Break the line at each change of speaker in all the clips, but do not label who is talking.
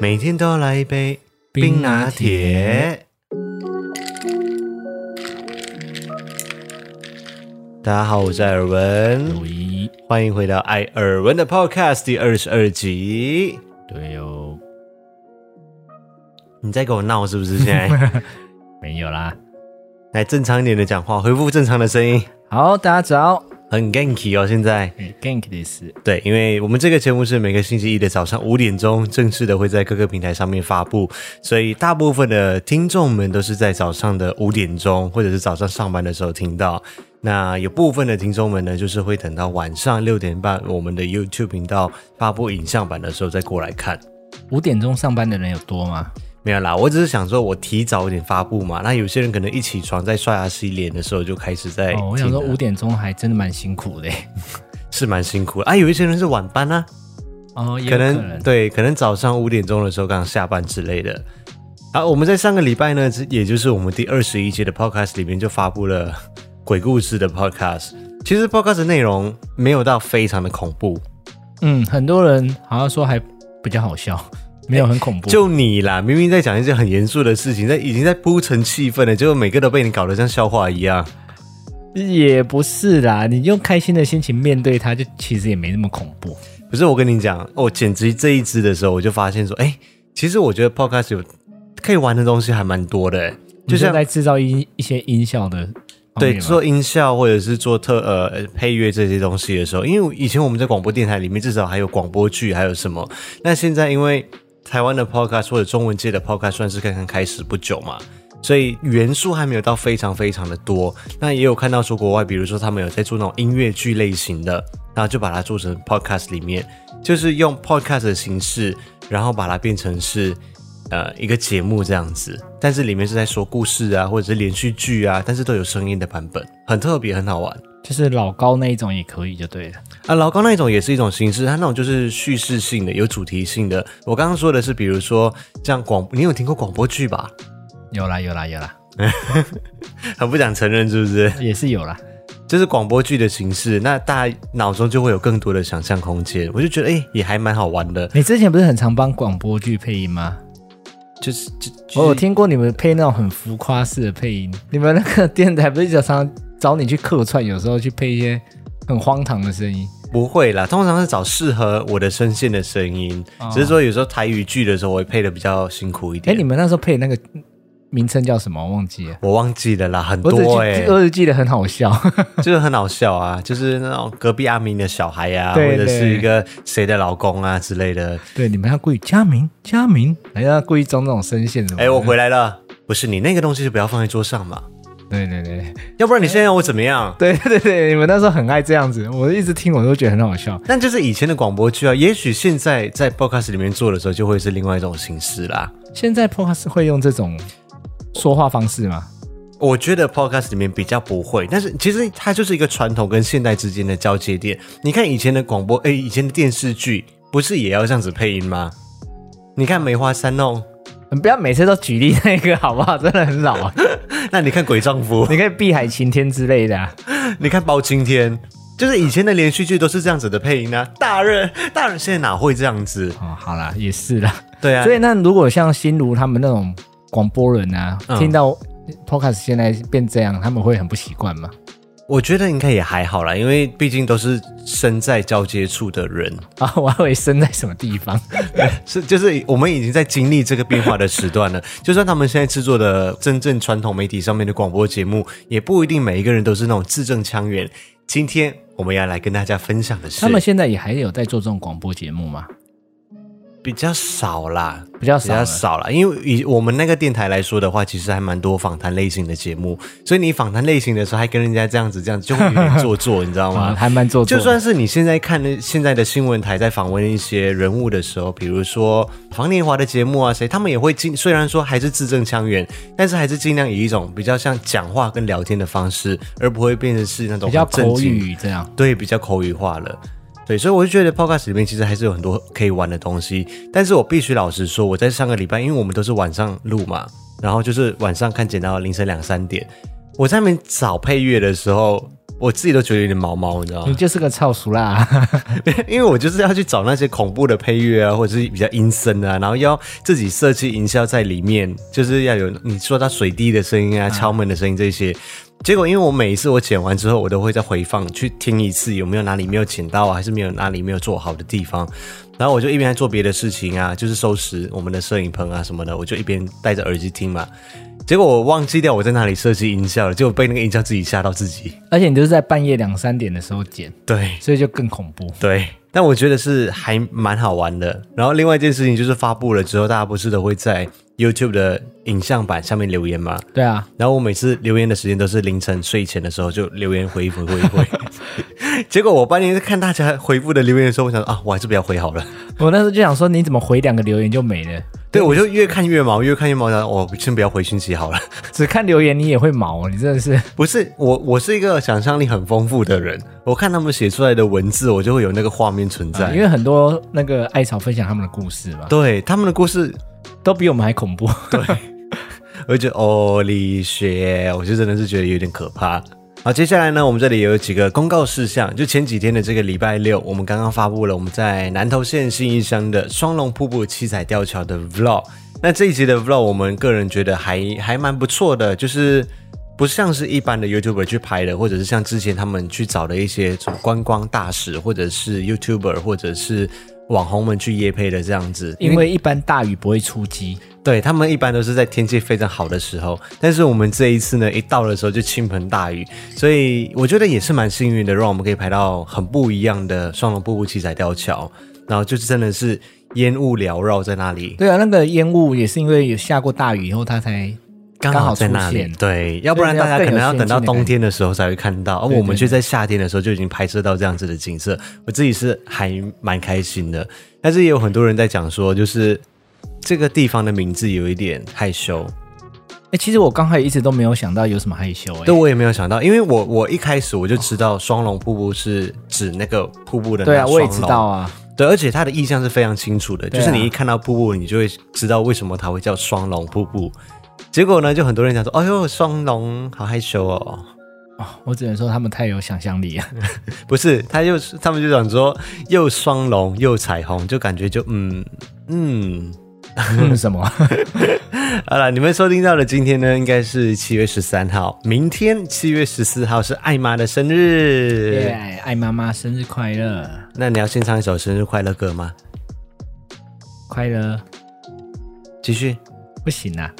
每天都要来一杯冰拿铁。大家好，我是艾尔文，
录音，
欢迎回到艾尔文的 Podcast 第二十二集。
对哦，
你在跟我闹是不是？现在
没有啦。
来正常一点的讲话，恢复正常的声音，
好，大家早。
很 ganky 哦。现在
哎，Gank 的是
对，因为我们这个节目是每个星期一的早上五点钟正式的会在各个平台上面发布，所以大部分的听众们都是在早上的五点钟或者是早上上班的时候听到。那有部分的听众们呢，就是会等到晚上六点半，我们的 YouTube 频道发布影像版的时候再过来看。
五点钟上班的人有多吗？
没有啦，我只是想说，我提早一点发布嘛。那有些人可能一起床在刷牙洗脸的时候就开始在听了、
哦，我想说五点钟还真的蛮辛 苦的。
是蛮辛苦的啊。有一些人是晚班啊，
哦，也有
可
可
能
能
对，可能早上五点钟的时候刚下班之类的。好，我们在上个礼拜呢，也就是我们第二十一期的 podcast 里面就发布了 鬼故事的 podcast。其实 podcast 的内容没有到非常的恐怖，
嗯，很多人好像说还比较好笑，没有很恐怖。
哎就你啦，明明在讲一些很严肃的事情，在已经在铺陈气氛了，结果每个都被你搞得像笑话一样。
也不是啦，你用开心的心情面对它，就其实也没那么恐怖。
不是我跟你讲，我剪辑这一支的时候，我就发现说，哎、其实我觉得 podcast 有可以玩的东西还蛮多的、诶就
你
像
在制造音一些音效的方
对，
面吗
做音效或者是做特呃配乐这些东西的时候，因为以前我们在广播电台里面至少还有广播剧，还有什么？那现在因为台湾的 podcast 或者中文界的 podcast 算是刚刚开始不久嘛。所以元素还没有到非常非常的多，那也有看到说国外，比如说他们有在做那种音乐剧类型的，然后就把它做成 podcast 里面，就是用 podcast 的形式，然后把它变成是呃一个节目这样子，但是里面是在说故事啊，或者是连续剧啊，但是都有声音的版本，很特别，很好玩。
就是老高那一种也可以，就对了。
啊，老高那一种也是一种形式，它那种就是叙事性的，有主题性的。我刚刚说的是，比如说像广，你有听过广播剧吧？
有啦有啦有啦，
很不想承认，是不是？
也是有啦。
就是广播剧的形式，那大家脑中就会有更多的想象空间。我就觉得，哎、也还蛮好玩的。
你之前不是很常帮广播剧配音吗？
就是，就就是
哦我有听过你们配那种很浮夸式的配音，你们那个电台不是常常找你去客串，有时候去配一些很荒唐的声音。
不会啦，通常是找适合我的声线的声音。
哦
只是说有时候台语剧的时候，我会配的比较辛苦一
哎、
点。
你们那时候配那个名称叫什么？我忘记了，
我忘记了啦，很
我只
多哎、
记呃我只记得很好笑。
就是很好笑啊， 就是那种隔壁阿明的小孩呀、啊，
对嗯
或者是一个谁的老公啊之类的。
对，你们要故意加名加名，还哎要故意装那种声线什么的？
哎、我回来了，不是你那个东西就不要放在桌上嘛，
对对对
要不然你现在要我怎么样？
对对对，你们那时候很爱这样子，我一直听我都觉得很好笑。
但就是以前的广播剧啊，也许现在在 podcast 里面做的时候，就会是另外一种形式啦。
现在 Podcast 会用这种说话方式吗？
我觉得 podcast 里面比较不会，但是其实它就是一个传统跟现代之间的交界点。你看以前的广播，哎、以前的电视剧不是也要这样子配音吗？你看《梅花三弄》，
你嗯不要每次都举例那个好不好？真的很老 啊。
那你看《鬼丈夫》，
你可以碧海晴天之类的、啊。
你看包青天，就是以前的连续剧都是这样子的配音啊。大人，大人现在哪会这样子？
哦，好啦，也是啦。
对啊，
所以那如果像心如他们那种广播人啊，
嗯
听到 podcast 现在变这样，他们会很不习惯吗？
我觉得应该也还好啦，因为毕竟都是身在交接处的人，
啊，我还以为身在什么地方。
是就是我们已经在经历这个变化的时段了。 就算他们现在制作的真正传统媒体上面的广播节目，也不一定每一个人都是那种字正腔圆。今天我们要来跟大家分享的是，
他们现在也还有在做这种广播节目吗？
比较少啦，
比较
比
少
较
了。
少了，因为以我们那个电台来说的话，其实还蛮多访谈类型的节目，所以你访谈类型的时候还跟人家这样子这样子，就会有点做作，你知道
啊，
吗？
还蛮做作
就
的
算是你现在看的现在的新闻台在访问一些人物的时候，比如说黄年华的节目啊，谁他们也会尽虽然说还是字正腔圆，但是还是尽量以一种比较像讲话跟聊天的方式，而不会变成是那种
比较
很正
口
经
语这样。
对，比较口语化了。对，所以我就觉得 podcast 里面其实还是有很多可以玩的东西，但是我必须老实说，我在上个礼拜，因为我们都是晚上录嘛，然后就是晚上看剪到凌晨两三点，我在那边找配乐的时候，我自己都觉得有点毛毛，你知道
你
吗？
就是个超俗啦，
因为我就是要去找那些恐怖的配乐啊，或者是比较阴森的啊，然后要自己设计营销在里面，就是要有你说到水滴的声音啊、敲门的声音这些。结果因为我每一次我剪完之后，我都会再回放去听一次，有没有哪里没有剪到啊，还是没有哪里没有做好的地方。然后我就一边在做别的事情啊，就是收拾我们的摄影棚啊什么的，我就一边戴着耳机听嘛。结果我忘记掉我在哪里设计音效了，结果被那个音效自己吓到自己。
而且你就是在半夜两三点的时候剪，
对，
所以就更恐怖。
对，但我觉得是还蛮好玩的。然后另外一件事情就是发布了之后，大家不是都会在 YouTube 的影像版下面留言吗？
对啊，
然后我每次留言的时间都是凌晨睡前的时候，就留言回一回回一回。 结果我半夜在看大家回复的留言的时候，我想啊，我还是不要回好了。
我那时候就想说，你怎么回两个留言就没了？
对，我就越看越毛，越看越毛，想我先不要回讯息好了。
只看留言你也会毛，你真的是
不是我，我是一个想象力很丰富的人，我看他们写出来的文字，我就会有那个画面存在。
因为很多那个艾草分享他们的故事嘛，
对他们的故事
都比我们还恐怖。
我就觉得哦，理学，我就真的是觉得有点可怕。好，接下来呢，我们这里有几个公告事项。就前几天的这个礼拜六，我们刚刚发布了我们在南投县信义乡的双龙瀑布七彩吊桥的 vlog。那这一集的 vlog，我们个人觉得还还蛮不错的，就是不像是一般的 YouTuber 去拍的，或者是像之前他们去找的一些什么观光大使，或者是 YouTuber，或者是网红们去夜配的这样子。
因为一般大雨不会出击，
对他们一般都是在天气非常好的时候，但是我们这一次呢，一到的时候就倾盆大雨，所以我觉得也是蛮幸运的，让我们可以拍到很不一样的双龙瀑布七彩吊桥，然后就是真的是烟雾缭绕在那里，
对啊，那个烟雾也是因为有下过大雨以后，它才
刚
好
在那
出
里
现，
对，要不然
所以
大
要
家可能要
更有
等到
先进的
冬天的时候才会看到，而
对
我们
对
却在夏天的时候就已经拍摄到这样子的景色，我自己是还蛮开心的，但是也有很多人在讲说，就是这个地方的名字有一点害羞。
哎、其实我刚开始一直都没有想到有什么害羞、欸，
对，我也没有想到，因为我我一开始我就知道双龙瀑布是指那个瀑布的那
对啊，
双
我也
龙
知道，啊，
对，而且它的意象是非常清楚的，就
对啊
是你一看到瀑布，你就会知道为什么它会叫双龙瀑布。结果呢，就很多人讲说，哎呦，双龙好害羞哦，
哦，我只能说他们太有想象 力了。
不是，他又他们就讲说又双龙又彩虹，就感觉就嗯嗯。
嗯，什么？
好了，你们收听到的今天呢，应该是七月十三号，明天七月十四号是艾玛的生日。
耶、哎爱妈妈生日快乐，
那你要先唱一首生日快乐歌吗？
快乐！
继续
不行啊，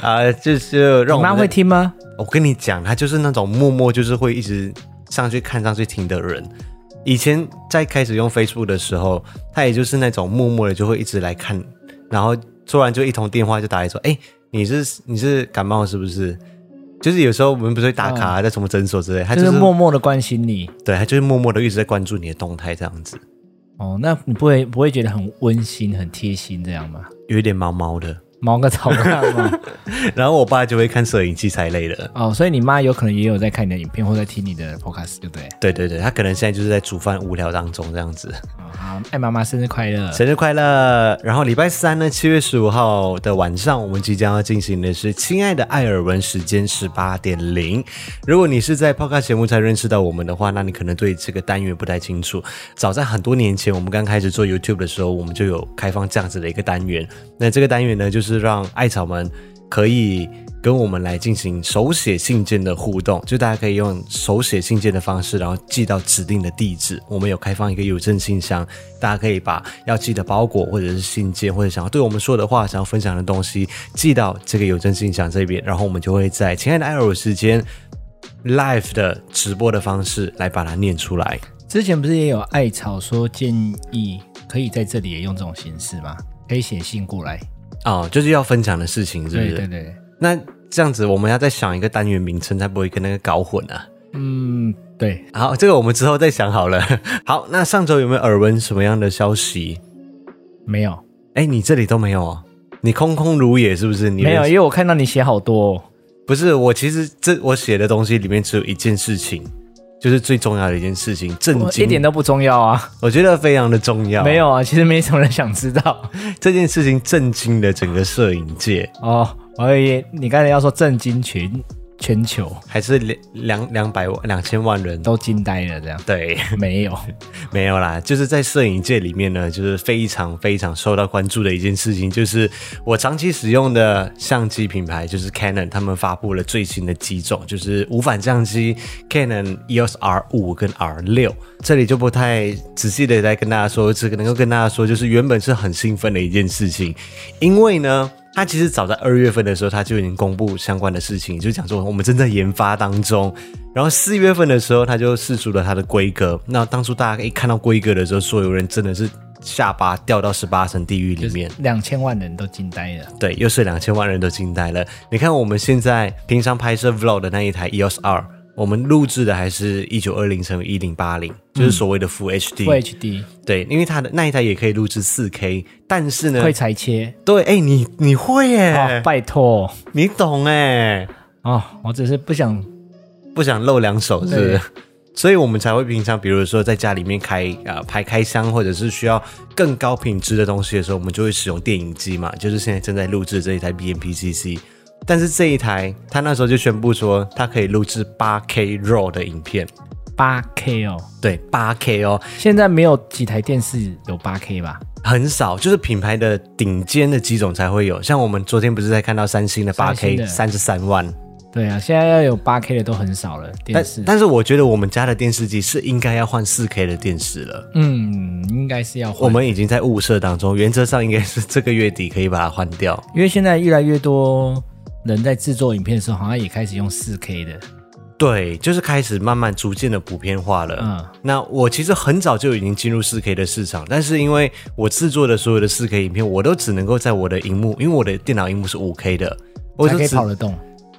啊、就是让
你
我
妈
们
会
在。
听吗？
我跟你讲，他就是那种默默就是会一直上去看上去听的人。以前在开始用 Facebook 的时候，他也就是那种默默的就会一直来看，然后突然就一通电话就打来说：“哎、你是你是感冒是不是？”就是有时候我们不是会打卡、啊在什么诊所之类，他
就
就是是
默默的关心你
对他就是默默的一直在关注你的动态，这样子
哦，那你不会不会觉得很温馨、很贴心这样 吗？
有一点毛毛的。
毛个草干嘛？
然后我爸就会看摄影器材类的，
哦，所以你妈有可能也有在看你的影片或在听你的 podcast，对不对？
对对对，他可能现在就是在煮饭无聊当中这样子。
哦好，爱妈妈生日快乐！
生日快乐！然后礼拜三呢，七月十五号的晚上，我们即将要进行的是《亲爱的艾尔文》时间十八点零。如果你是在 Podcast 节目才认识到我们的话，那你可能对这个单元不太清楚。早在很多年前，我们刚开始做 YouTube 的时候，我们就有开放这样子的一个单元。那这个单元呢，就是让艾草们可以跟我们来进行手写信件的互动，就大家可以用手写信件的方式，然后寄到指定的地址。我们有开放一个邮政信箱，大家可以把要寄的包裹或者是信件，或者想要对我们说的话、想要分享的东西，寄到这个邮政信箱这边，然后我们就会在亲爱的艾尔时间 live 的直播的方式来把它念出来。
之前不是也有艾草说建议可以在这里也用这种形式吗？可以写信过来，
哦，就是要分享的事情，是不
对
是？
对对，
那这样子，我们要再想一个单元名称，才不会跟那个搞混啊。
嗯，对，
好，这个我们之后再想好了。 好，那上周有没有耳闻什么样的消息？
没有
哎，你这里都没有哦，你空空如也是不是？你的
没有，因为我看到你写好多、哦，
不是我，其实这我写的东西里面只有一件事情，就是最重要的一件事情，震
我
惊，
一点都不重要啊，
我觉得非常的重要。
没有啊，其实没什么人想知道
这件事情震惊了整个摄影界。
哦。我以为你刚才要说震惊群全球
还是两两两百万两千万人。
都惊呆了，这 样
对，
没有，
没有啦，就是在摄影界里面呢，就是非常非常受到关注的一件事情，就是我长期使用的相机品牌就是 Canon，他们发布了最新的机种，就是无反相机 Canon EOS R 五跟 R 六。这里就不太仔细的来跟大家说，只能够跟大家说，就是原本是很兴奋的一件事情，因为呢。它其实早在二月份的时候，它就已经公布相关的事情，就讲说我们正在研发当中。然后四月份的时候，它就试出了它的规格。那当初大家一看到规格的时候，所有人真的是下巴掉到十八层地狱里面。
两千万人都惊呆了。
对，又是两千万人都惊呆了。你看我们现在平常拍摄 vlog 的那一台 E EOS R，我们录制的还是一九二零乘以一零八零，就是所谓的 Full HD。
嗯会 HD
对，因为它的那一台也可以录制四 K，但是呢，
会裁切
对，哎，你你会耶，
哦，拜托
你懂哎。
哦，我只是不想
不想露两手，是不是
对？
所以我们才会平常，比如说在家里面开啊、呃、拍开箱，或者是需要更高品质的东西的时候，我们就会使用电影机嘛，就是现在正在录制这一台 BMPCC。但是这一台，它那时候就宣布说，它可以录制 8K RAW 的影片，
八 K 哦。
对，8K 哦，
现在没有几台电视有八 K 吧？
很少，就是品牌的顶尖的机种才会有。像我们昨天不是在看到三星的
三星
8K
的
三十三万，
对啊，现在要有八 K 的都很少了。电
但
视，
但是我觉得我们家的电视机是应该要换 4K 的电视了。
嗯，应该是要
我
换，
们已经在物色当中，原则上应该是这个月底可以把它换掉。
因为现在越来越多人在制作影片的时候，好像也开始用四 K 的。
对，就是开始慢慢逐渐的普遍化了。
嗯，
那我其实很早就已经进入4 K 的市场，但是因为我制作的所有的4 K 影片，我都只能够在我的荧幕，因为我的电脑荧幕是5 K 的，我
才
就
可以
只
跑得动。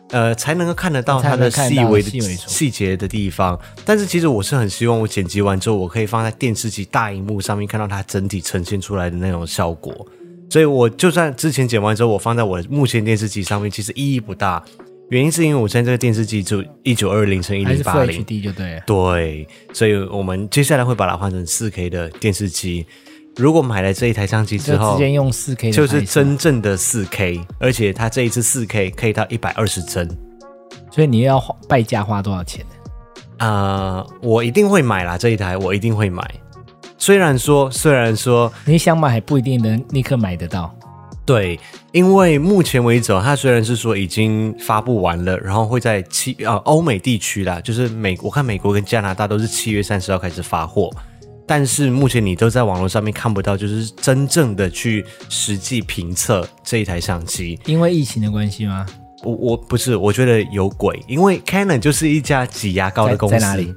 呃才能够看得到它的
才能
细
看得到
微的
细微处
细节的地方。但是其实我是很希望我剪辑完之后，我可以放在电视机大荧幕上面看到它整体呈现出来的那种效果。所以我就算之前剪完之后，我放在我的目前电视机上面，其实意义不大。原因是因为我现在这个电视机就一九二零乘一
还
零
是
八
Full
零，
HD 就对了。
对，所以我们接下来会把它换成四 K 的电视机。如果买了这一台相机之
就直
后，
接用四 K 的
就是
拍摄，
真正的四 K，而且它这一次四 K 可以到一百二十帧。
所以你要花败家花多少钱？
啊，我一定会买啦，这一台我一定会买。虽然说，虽然说，
你想买还不一定能立刻买得到。
对，因为目前为止哦，它虽然是说已经发布完了，然后会在七呃欧美地区啦，就是美，我看美国跟加拿大都是七月三十号开始发货，但是目前你都在网络上面看不到，就是真正的去实际评测这一台相机。
因为疫情的关系吗？
我我不是，我觉得有鬼，因为 Canon 就是一家挤牙膏的
在
公司，
在哪里？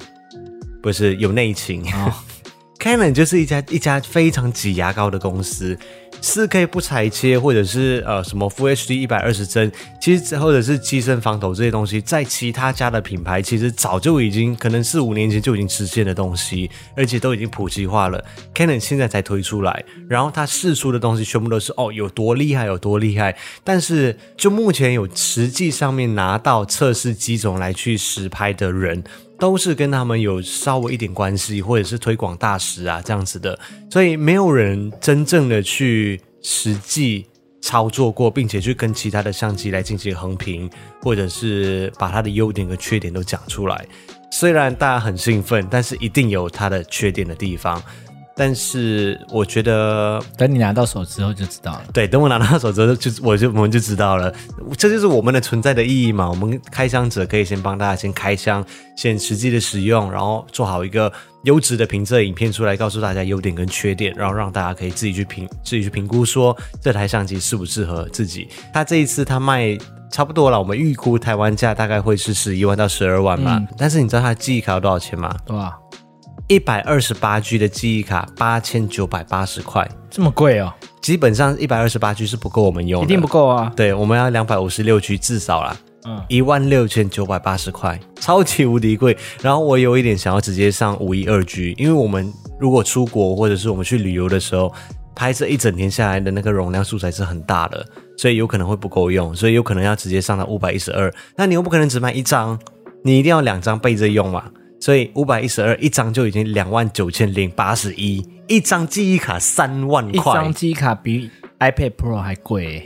不是有内情。
哦，
Canon 就是一家一家非常挤牙膏的公司，四 K 不裁切，或者是呃什么 Full HD 一百二十帧，其实或者是机身防抖这些东西，在其他家的品牌其实早就已经可能四五年前就已经实现的东西，而且都已经普及化了。Canon 现在才推出来，然后它试出的东西全部都是哦有多厉害有多厉害，但是就目前有实际上面拿到测试机种来去实拍的人，都是跟他们有稍微一点关系，或者是推广大使啊这样子的，所以没有人真正的去实际操作过，并且去跟其他的相机来进行横评，或者是把它的优点跟缺点都讲出来。虽然大家很兴奋，但是一定有它的缺点的地方。但是我觉得
等你拿到手之后就知道了。
对，等我拿到手之后，就我就我们就知道了，这就是我们的存在的意义嘛。我们开箱者可以先帮大家先开箱，先实际的使用，然后做好一个优质的评测影片出来，告诉大家优点跟缺点，然后让大家可以自己去评，自己去评估说这台相机适不适合自己。他这一次他卖。差不多了，我们预估台湾价大概会是十一万到十二万吧。
嗯
但是你知道它的记忆卡要多少钱吗？
多少？
一百二十八 G 的记忆卡八千九百八十块，
这么贵哦？
基本上一百二十八 G 是不够我们用的，
一定不够啊。
对，我们要两百五十六 G 至少啦，
嗯
一万六千九百八十块，超级无敌贵。然后我有一点想要直接上五一二 G，因为我们如果出国或者是我们去旅游的时候，拍摄一整天下来的那个容量素材是很大的，所以有可能会不够用，所以有可能要直接上到五百一十二。那你又不可能只买一张，你一定要两张备着用嘛。所以五百一十二一张就已经两万九千零八十一，一张记忆卡三万
一
块，
张机卡比 iPad Pro 还贵耶、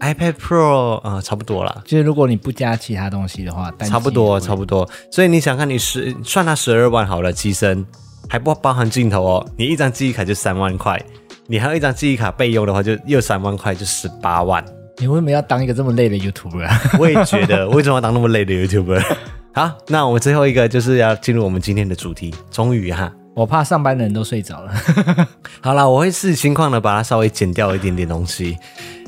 iPad Pro 啊、呃差不多啦。
就是如果你不加其他东西的话，单机
差不多，差不多。所以你想看你十算它十二万好了，机身还不包含镜头哦。你一张记忆卡就三万块，你还有一张记忆卡备用的话，就又三万块，就十八 万。
你为什么要当一个这么累的 YouTuber 啊？
我也觉得，为什么要当那么累的 YouTuber？好， 那我们最后一个就是要进入我们今天的主题，终于哈。
我怕上班的人都睡着了。
好啦，我会视情况的把它稍微剪掉一点点东西。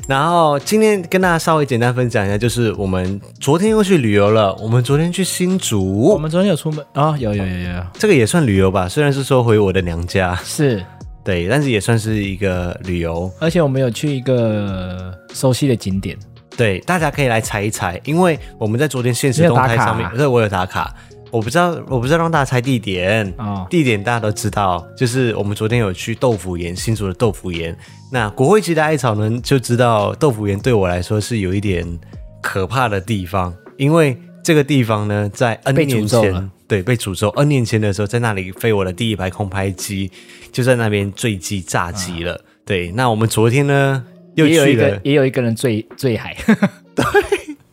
然后今天跟大家稍微简单分享一下，就是我们昨天又去旅游了。我们昨天去新
我
竹，
们昨天有出门啊、有有有有有，
这个也算旅游吧，虽然是说回我的娘家，
是，
对，但是也算是一个旅游。
而且我们有去一个熟悉的景点，
对，大家可以来猜一猜，因为我们在昨天现实
你有
动
打
态
卡
上面，
啊
对我有打卡，我不知道，我不知道让大家猜地点。
哦
地点大家都知道，就是我们昨天有去豆腐岩，新竹的豆腐岩。那国会级的艾草呢，就知道豆腐岩对我来说是有一点可怕的地方，因为这个地方呢，在 N
被诅
年
咒
前
了，
对，被诅咒。N 年前的时候，在那里飞我的第一排空拍机，就在那边坠机炸机了。对，那我们昨天呢，又
啊也有一
去
个
了
也有一个人醉 醉海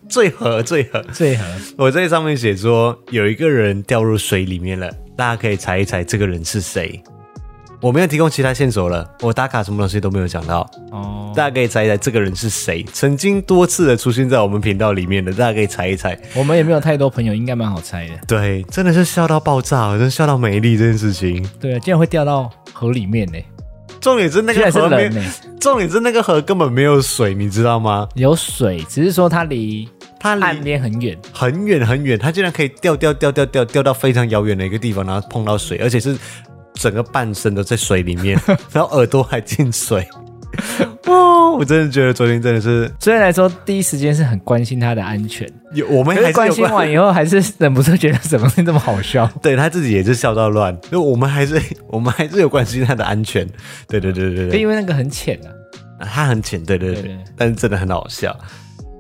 最合最合。
醉河，
我在上面写说有一个人掉入水里面了，大家可以猜一猜这个人是谁。我没有提供其他线索了，我打卡什么东西都没有讲到，
哦，
大家可以猜一猜这个人是谁，曾经多次的出现在我们频道里面的，大家可以猜一猜。
我们也没有太多朋友，应该蛮好猜的。
对，真的是笑到爆炸，真的笑到美丽这件事情。
对啊，竟然会掉到河里面呢、
重点是那
居
个
然是欸
河没
人呢、
重点是那个河根本没有水，你知道吗？
有水，只是说它离
它
岸
离
边很远，
很远很远，它竟然可以掉掉掉掉掉掉到非常遥远的一个地方，然后碰到水，而且是整个半身都在水里 面，然后耳朵还进水。哦，我真的觉得昨天真的是
虽然来说第一时间是很关心它的安全，
有，我们
可
哎还
是
是
关
有
心完以后还是忍不住觉得怎么会这么好笑。
对他自己也是笑到乱，就我们还是 我们还是有关心他的安全。对对对对
就
对，
因为那个很浅啊，
啊他很浅，对对对，
对对
但是真的很好笑。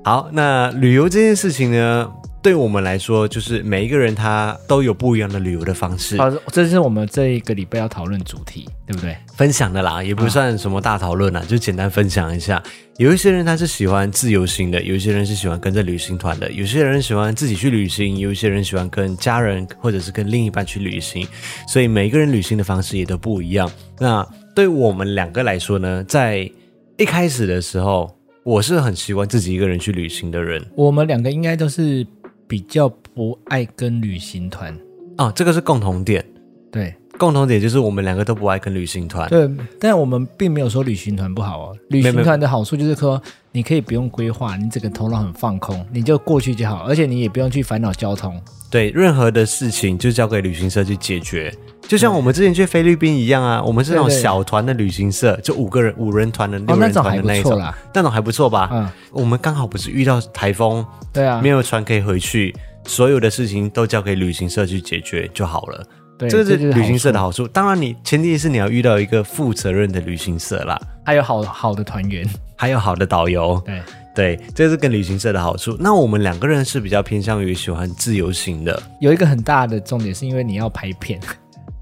好，那旅游这件事情呢，对我们来说，就是每一个人他都有不一样的旅游的方式。
好，这是我们这一个礼拜要讨论主题，对不对？
分享的啦，也不算什么大讨论啦，就简单分享一下。有一些人他是喜欢自由行的，有一些人是喜欢跟着旅行团的，有些人喜欢自己去旅行，有一些人喜欢跟家人或者是跟另一半去旅行，所以每个人旅行的方式也都不一样。那对我们两个来说呢，在一开始的时候，我是很喜欢自己一个人去旅行的人
我们两个应该都是比较不爱跟旅行团，
啊，这个是共同点。
对
共同点就是我们两个都不爱跟旅行团，
对，但我们并没有说旅行团不好哦。旅
啊没有
行团的好处就是说，你可以不用规划，你整个头脑很放空，你就过去就好，而且你也不用去烦恼交通。
对，任何的事情就交给旅行社去解决。就像我们之前去菲律宾一样啊，我们是那种
对对
小团的旅行社，就五个人、五人团的、六
哦，那
人
种
团
还
的
不
一
错
种，
啦。
那种还不错吧？
嗯，
我们刚好不是遇到台风，
对啊，
没有船可以回去，所有的事情都交给旅行社去解决就好了。
对，
这个是
就是
旅行社的
好
好处。当然你，前提是你要遇到一个负责任的旅行社啦，
处，还有好好的团员。
还有好的导游。
对，
对，这是跟旅行社的好处。那我们两个人是比较偏向于喜欢自由行的。
有一个很大的重点是因为你要拍 片，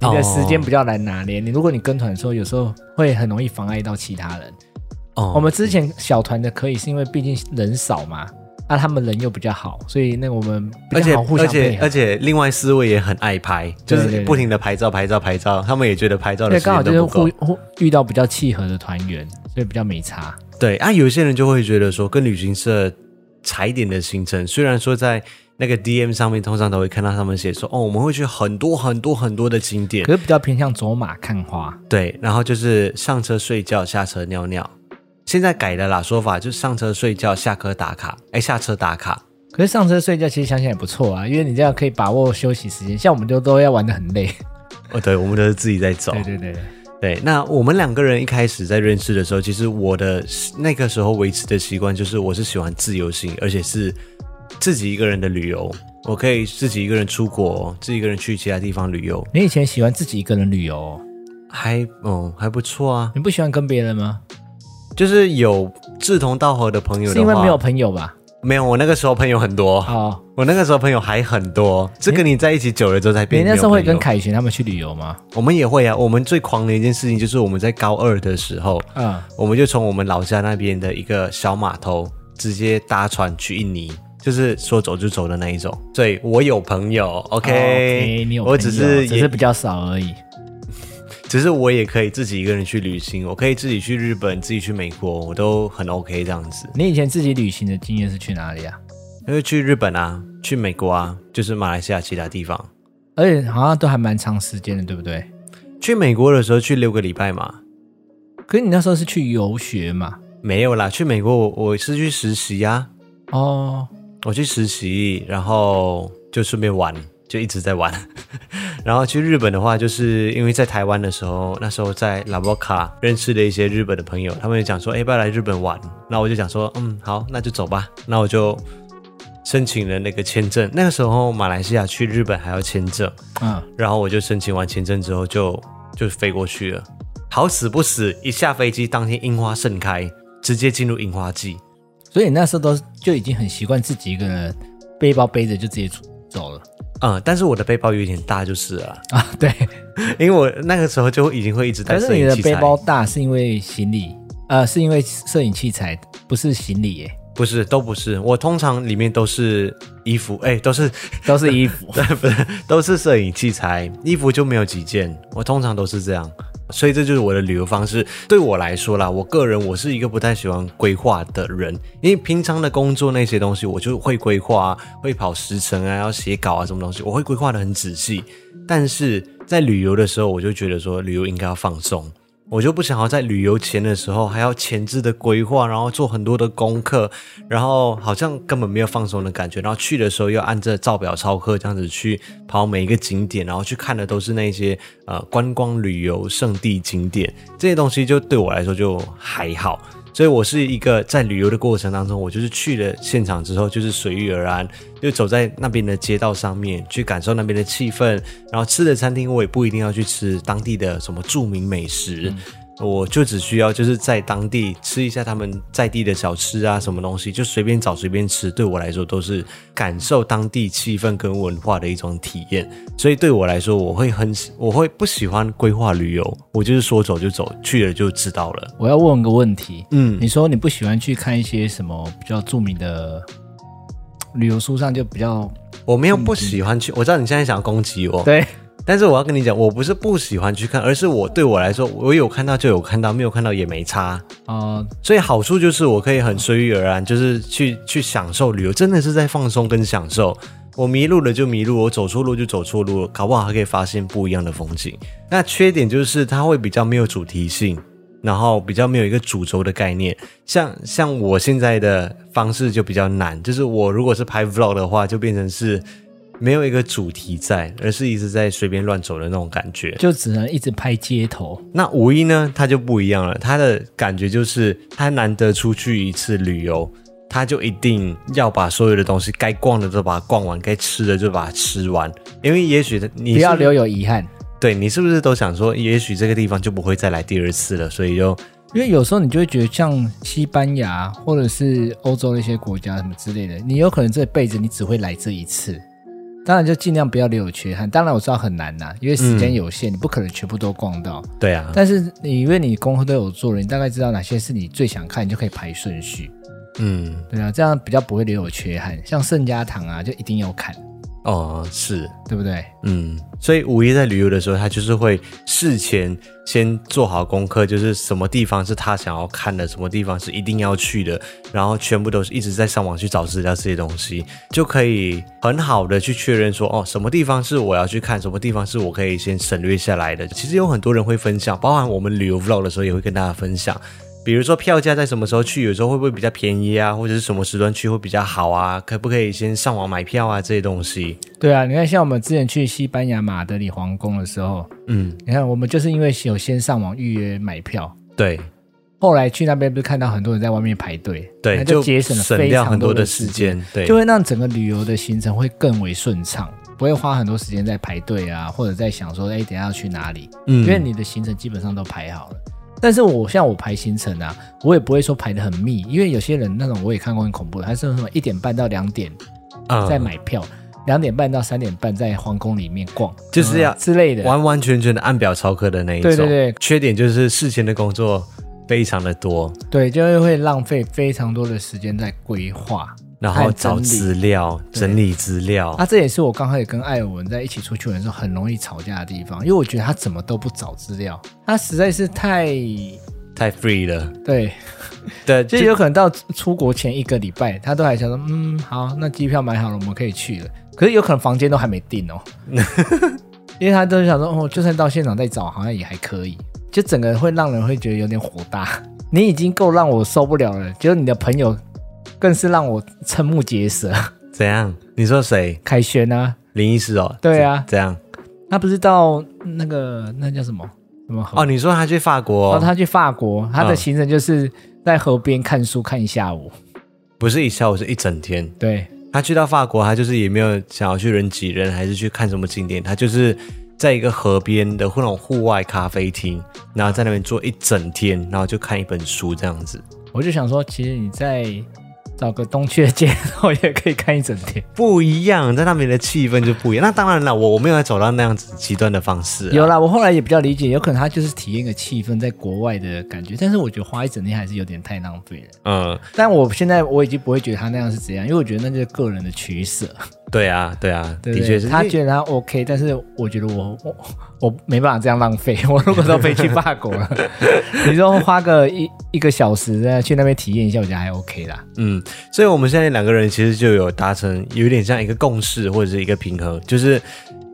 你的时间比较难拿捏。你如果你跟团的时候，有时候会很容易妨碍到其他人。
哦
我们之前小团的可以是因为毕竟人少嘛，啊，他们人又比较好，所以那我们比
而且
较好互
而
相配
且
合
而。且，另外四位也很爱拍，就
对
是
对对
不停的拍照、拍照、拍照。他们也觉得拍照的
对，
时
刚好
间
就是
都不
互
够。
互遇到比较契合的团员，所以比较没差。
对啊，有些人就会觉得说，跟旅行社踩点的行程，虽然说在那个 DM 上面通常都会看到他们写说，哦，我们会去很多很多很多的景点
可，是比较偏向走马看花，
对，然后就是上车睡觉，下车尿尿。现在改了啦，说法就是上车睡觉，下车打卡，哎，下车打卡。
可是上车睡觉其实想想也不错啊，因为你这样可以把握休息时间。像我们就都要玩的很累，
哦，对，我们都是自己在走。
对对对，
对，那我们两个人一开始在认识的时候，其实我的那个时候维持的习惯就是，我是喜欢自由行，而且是自己一个人的旅游。我可以自己一个人出国，自己一个人去其他地方旅游，
你以前喜欢自己一个人旅游哦、
还嗯还不错啊。
你不喜欢跟别人吗？
就是有志同道合的朋友的话，啊
是因为没有朋友吧？
没有我那个时候朋友很多，
哦，
我那个时候朋友还很多，这跟你在一起久了之后才
你
变。
那时候会跟
凯，
凯旋他们去旅游吗？
我们也会啊。我们最狂的一件事情就是我们在高二的时候，
嗯，
我们就从我们老家那边的一个小码头，直接搭船去印尼，就是说走就走的那一种。所以我有朋友，OK，,、
哦 OK，你有朋友，
我只是
只
也
是比较少而已。
只是我也可以自己一个人去旅行，我可以自己去日本，自己去美国，我都很 OK 这样子。
你以前自己旅行的经验是去哪里啊？
因为去日本啊，去美国啊，就是马来西亚其他地方。
而且好像都还蛮长时间的，对不对？
去美国的时候去六个礼拜嘛，
可是你那时候是去游学嘛？
没有啦。去美国我我是去实习啊，
哦，
我去实习，然后就顺便玩，就一直在玩。 然后去日本的话，就是因为在台湾的时候，那时候在拉波卡认识了一些日本的朋友，他们就讲说，哎，要不要来日本玩？那我就讲说，嗯，好，那就走吧。那我就申请了那个签证。那个时候马来西亚去日本还要签证，
嗯，
然后我就申请完签证之后就就飞过去了。好死不死，一下飞机当天樱花盛开，直接进入樱花季。
所以你那时候都就已经很习惯自己一个人背包背着就直接出走了
嗯，但是我的背包有点大就是呃了啦，
啊？ 对，
因为我那个时候就已经会一直带
可
摄
是你
影
的
器材。
背包大是因为行李，呃，是因为摄影器材，不是行李耶，
不是，都不是。我通常里面都是衣服， 哎、都是。
都是衣服
对，不是，都是摄影器材，衣服就没有几件。我通常都是这样，所以这就是我的旅游方式。对我来说啦，我个人我是一个不太喜欢规划的人，因为平常的工作那些东西，我就会规划啊，会跑时程啊，要写稿啊，什么东西，我会规划的很仔细。但是在旅游的时候，我就觉得说，旅游应该要放松。我就不想要在旅游前的时候还要前置的规划，然后做很多的功课，然后好像根本没有放松的感觉，然后去的时候又按着照表操课这样子去跑每一个景点，然后去看的都是那些呃观光旅游胜地景点，这些东西就对我来说就还好。所以我是一个在旅游的过程当中，我就是去了现场之后，就是随遇而安，就走在那边的街道上面，去感受那边的气氛。然后吃的餐厅，我也不一定要去吃当地的什么著名美食，我就只需要就是在当地吃一下他们在地的小吃啊，什么东西就随便找随便吃，对我来说都是感受当地气氛跟文化的一种体验。所以对我来说，我会很喜我会不喜欢规划旅游，我就是说走就走，去了就知道了。
我要问个问题，
嗯，
你说你不喜欢去看一些什么比较著名的旅游书上就比较
我没有不喜欢去，我知道你现在想要攻击我，
对
但是我要跟你讲，我不是不喜欢去看，而是我对我来说，我有看到就有看到，没有看到也没差。
哦、
所以好处就是我可以很随遇而安，就是去去享受旅游，真的是在放松跟享受。我迷路了就迷路，我走错路就走错路，搞不好还可以发现不一样的风景。那缺点就是它会比较没有主题性，然后比较没有一个主轴的概念。像像我现在的方式就比较难，就是我如果是拍 vlog 的话，就变成是没有一个主题在，而是一直在随便乱走的那种感觉。
就只能一直拍街头。
那五一呢，他就不一样了，他的感觉就是他难得出去一次旅游，他就一定要把所有的东西该逛的都把它逛完，该吃的就把它吃完，因为也许你
不要
是
留有遗憾，
对你是不是都想说，也许这个地方就不会再来第二次了，所以就
因为有时候你就会觉得像西班牙或者是欧洲的一些国家什么之类的，你有可能这辈子你只会来这一次。当然就尽量不要留有缺憾。当然我知道很难呐、因为时间有
嗯
限，你不可能全部都逛到。
对啊，
但是你因为你功课都有做了，你大概知道哪些是你最想看，你就可以排顺序。
嗯，
对啊，这样比较不会留有缺憾。像圣家堂啊，就一定要看，
哦，是，
对不对？
嗯，所以五一在旅游的时候，他就是会事前先做好功课，就是什么地方是他想要看的，什么地方是一定要去的，然后全部都是一直在上网去找资料这些东西，就可以很好的去确认说，哦，什么地方是我要去看，什么地方是我可以先省略下来的。其实有很多人会分享，包含我们旅游 vlog 的时候也会跟大家分享。比如说票价在什么时候去，有时候会不会比较便宜啊，或者是什么时段去会比较好啊？可不可以先上网买票啊？这些东西，
对啊，你看像我们之前去西班牙马德里皇宫的时候，
嗯，
你看我们就是因为有先上网预约买票，
对，
后来去那边不是看到很多人在外面排队，
对，
那
就
就节省了非
掉
常
很多
的
的时，间，对，
就会让整个旅游的行程会更为顺畅，不会花很多时间在排队啊，或者在想说，哎，等一下要去哪里？
嗯
因为你的行程基本上都排好了。但是我像我排行程啊，我也不会说排得很密，因为有些人那种我也看过很恐怖的，他是什么一点半到两点
嗯
再买票，两、点半到三点半在皇宫里面逛，嗯
就是要
之类的。
完完全全的按表操课的那一种。
对对对
缺点就是事前的工作非常的多，
对，就会会浪费非常多的时间在规划，
然
还有
后找
整理
资料、
对
整理资料
啊，，这也是我刚开始跟艾尔文在一起出去玩的时候很容易吵架的地方，因为我觉得他怎么都不找资料，他实在是太
太 free 了。
对，
对，
就
就
有可能到出国前一个礼拜，他都还想说，嗯，好，那机票买好了，我们可以去了。可是有可能房间都还没定哦，因为他都想说，哦，就算到现场再找，好像也还可以。就整个会让人会觉得有点火大， 你已经够让我受不了了，结果你的朋友更是让我瞠目结舌。
怎样？你说谁？
凯旋啊，
林医师哦？
对啊
怎怎样？
他不是到那个那叫什么什么河
哦，你说他去法国
然哦后他去法国，他的行程就是在河边看书看一下午。
不是一下午，是一整天。
对
他去到法国，他就是也没有想要去人挤人，还是去看什么景点，他就是在一个河边的那种户外咖啡厅，然后在那边坐一整天，然后就看一本书这样子。
我就想说，其实你在找个东区的街道也可以看一整天。
不一样，在那边的气氛就不一样。那当然了，我我没有走到那样子极端的方式、啊。
有啦，我后来也比较理解，有可能他就是体验个气氛，在国外的感觉。但是我觉得花一整天还是有点太浪费了。
嗯，
但我现在我已经不会觉得他那样是怎样，因为我觉得那就是个人的取舍，
对啊，对啊，
对不
的
对
确是。
他
因为
觉得他 OK，但是我觉得我我我没办法这样浪费。我如果都飞去法国 了，你说花个一一个小时在去那边体验一下，我觉得还 OK 啦。
嗯，所以我们现在两个人其实就有达成有点像一个共识或者是一个平衡，就是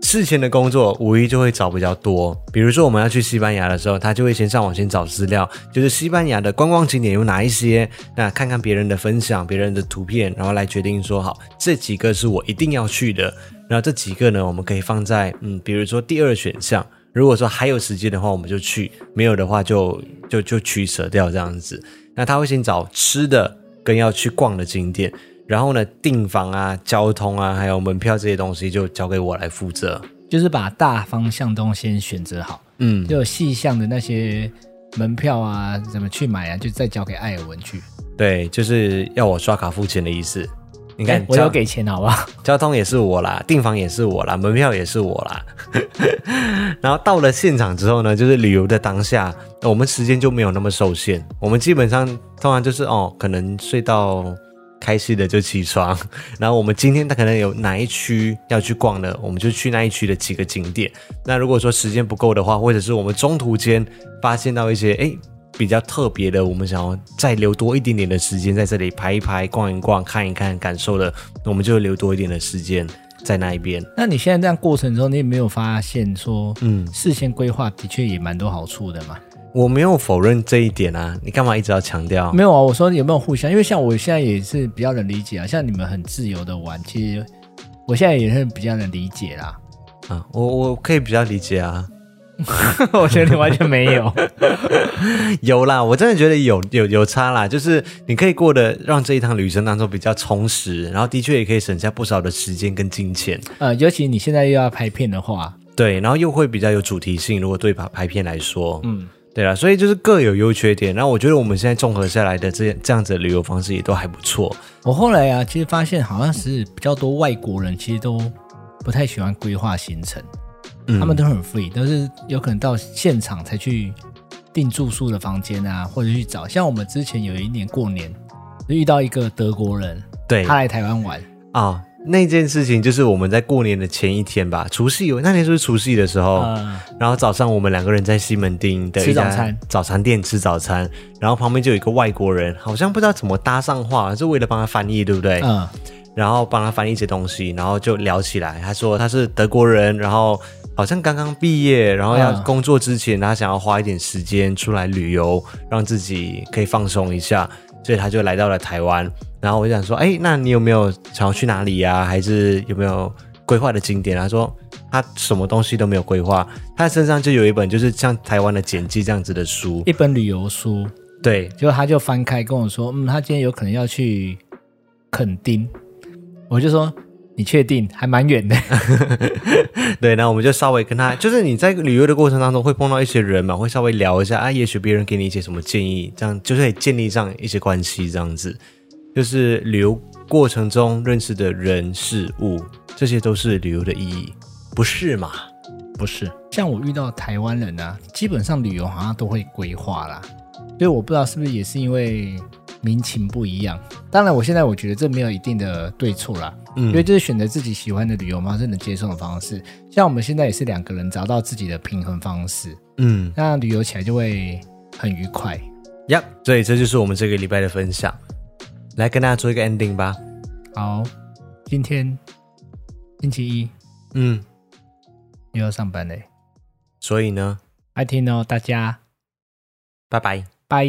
事前的工作无疑就会找比较多。比如说我们要去西班牙的时候，他就会先上网先找资料，就是西班牙的观光景点有哪一些，那看看别人的分享、别人的图片，然后来决定说好这几个是我一定要去的，然后这几个呢我们可以放在嗯，比如说第二选项。如果说还有时间的话，我们就去；没有的话就，就就取舍掉这样子。那他会先找吃的跟要去逛的景点，然后呢，订房啊、交通啊，还有门票这些东西就交给我来负责。
就是把大方向都先选择好，
嗯，
就细项的那些门票啊，怎么去买啊，就再交给艾尔文去。
对，就是要我刷卡付钱的意思。你看
哎，我
交
有给钱好不好？
交通也是我啦，订房也是我啦，门票也是我啦。 然后到了现场之后呢，就是旅游的当下，我们时间就没有那么受限。我们基本上通常就是哦，可能睡到开心的就起床， 然后我们今天它可能有哪一区要去逛的，我们就去那一区的几个景点。那如果说时间不够的话，或者是我们中途间发现到一些诶比较特别的，我们想要再留多一点点的时间在这里拍一拍、逛一逛、看一看、感受的，我们就留多一点的时间在那一边。
那你现在这样过程中，你有没有发现说，
嗯
嗯，事先规划的确也蛮多好处的嘛？
我没有否认这一点啊，你干嘛一直要强调？
没有啊，我说有没有互相？因为像我现在也是比较能理解啊，像你们很自由的玩，其实我现在也是比较能理解啦。
啊，我我可以比较理解啊。
我觉得你完全没有，
有啦，我真的觉得有有有差啦，就是你可以过得让这一趟旅程当中比较充实，然后的确也可以省下不少的时间跟金钱，
呃，尤其你现在又要拍片的话，
对，然后又会比较有主题性。如果对拍拍片来说，
嗯，
对啦，所以就是各有优缺点。然后我觉得我们现在综合下来的这这样子的旅游方式也都还不错，
我后来啊，其实发现好像是比较多外国人，其实都不太喜欢规划行程，
嗯
他们都很 free，都是有可能到现场才去订住宿的房间啊，或者去找。像我们之前有一年过年，就遇到一个德国人，
对
他
啊、
来台湾玩，
那件事情就是我们在过年的前一天吧，除夕有那天是不是除夕的时候？
呃，
然后早上我们两个人在西门町的一
吃早
家
餐
早餐店吃早餐，然后旁边就有一个外国人，好像不知道怎么搭上话，是为了帮他翻译，对不对？
嗯，
然后帮他翻译一些东西，然后就聊起来。他说他是德国人，然后好像刚刚毕业，然后要
嗯
工作之前，他想要花一点时间出来旅游，让自己可以放松一下，所以他就来到了台湾。然后我就想说，哎，那你有没有想要去哪里呀、还是有没有规划的景点？他说他什么东西都没有规划，他身上就有一本就是像台湾的简记这样子的书。
一本旅游书，
对，
结果他就翻开跟我说，嗯，他今天有可能要去垦丁，我就说你确定？还蛮远的，
对，然后我们就稍微跟他，就是你在旅游的过程当中会碰到一些人嘛，会稍微聊一下啊，也许别人给你一些什么建议，这样就是可以建立上一些关系，这样子，就是旅游过程中认识的人事物，这些都是旅游的意义，不是嘛？
不是，像我遇到台湾人啊，基本上旅游好像都会规划啦，所以我不知道是不是也是因为民情不一样。当然，我现在我觉得这没有一定的对错啦，因为
嗯
就是选择自己喜欢的旅游方式、能接受的方式。像我们现在也是两个人找到自己的平衡方式，
嗯
那旅游起来就会很愉快。
，Yep，所以这就是我们这个礼拜的分享，来跟大家做一个 ending 吧。
好，今天星期一
嗯，
又要上班嘞，
所以呢，
爱听哦，大家
拜拜。
拜。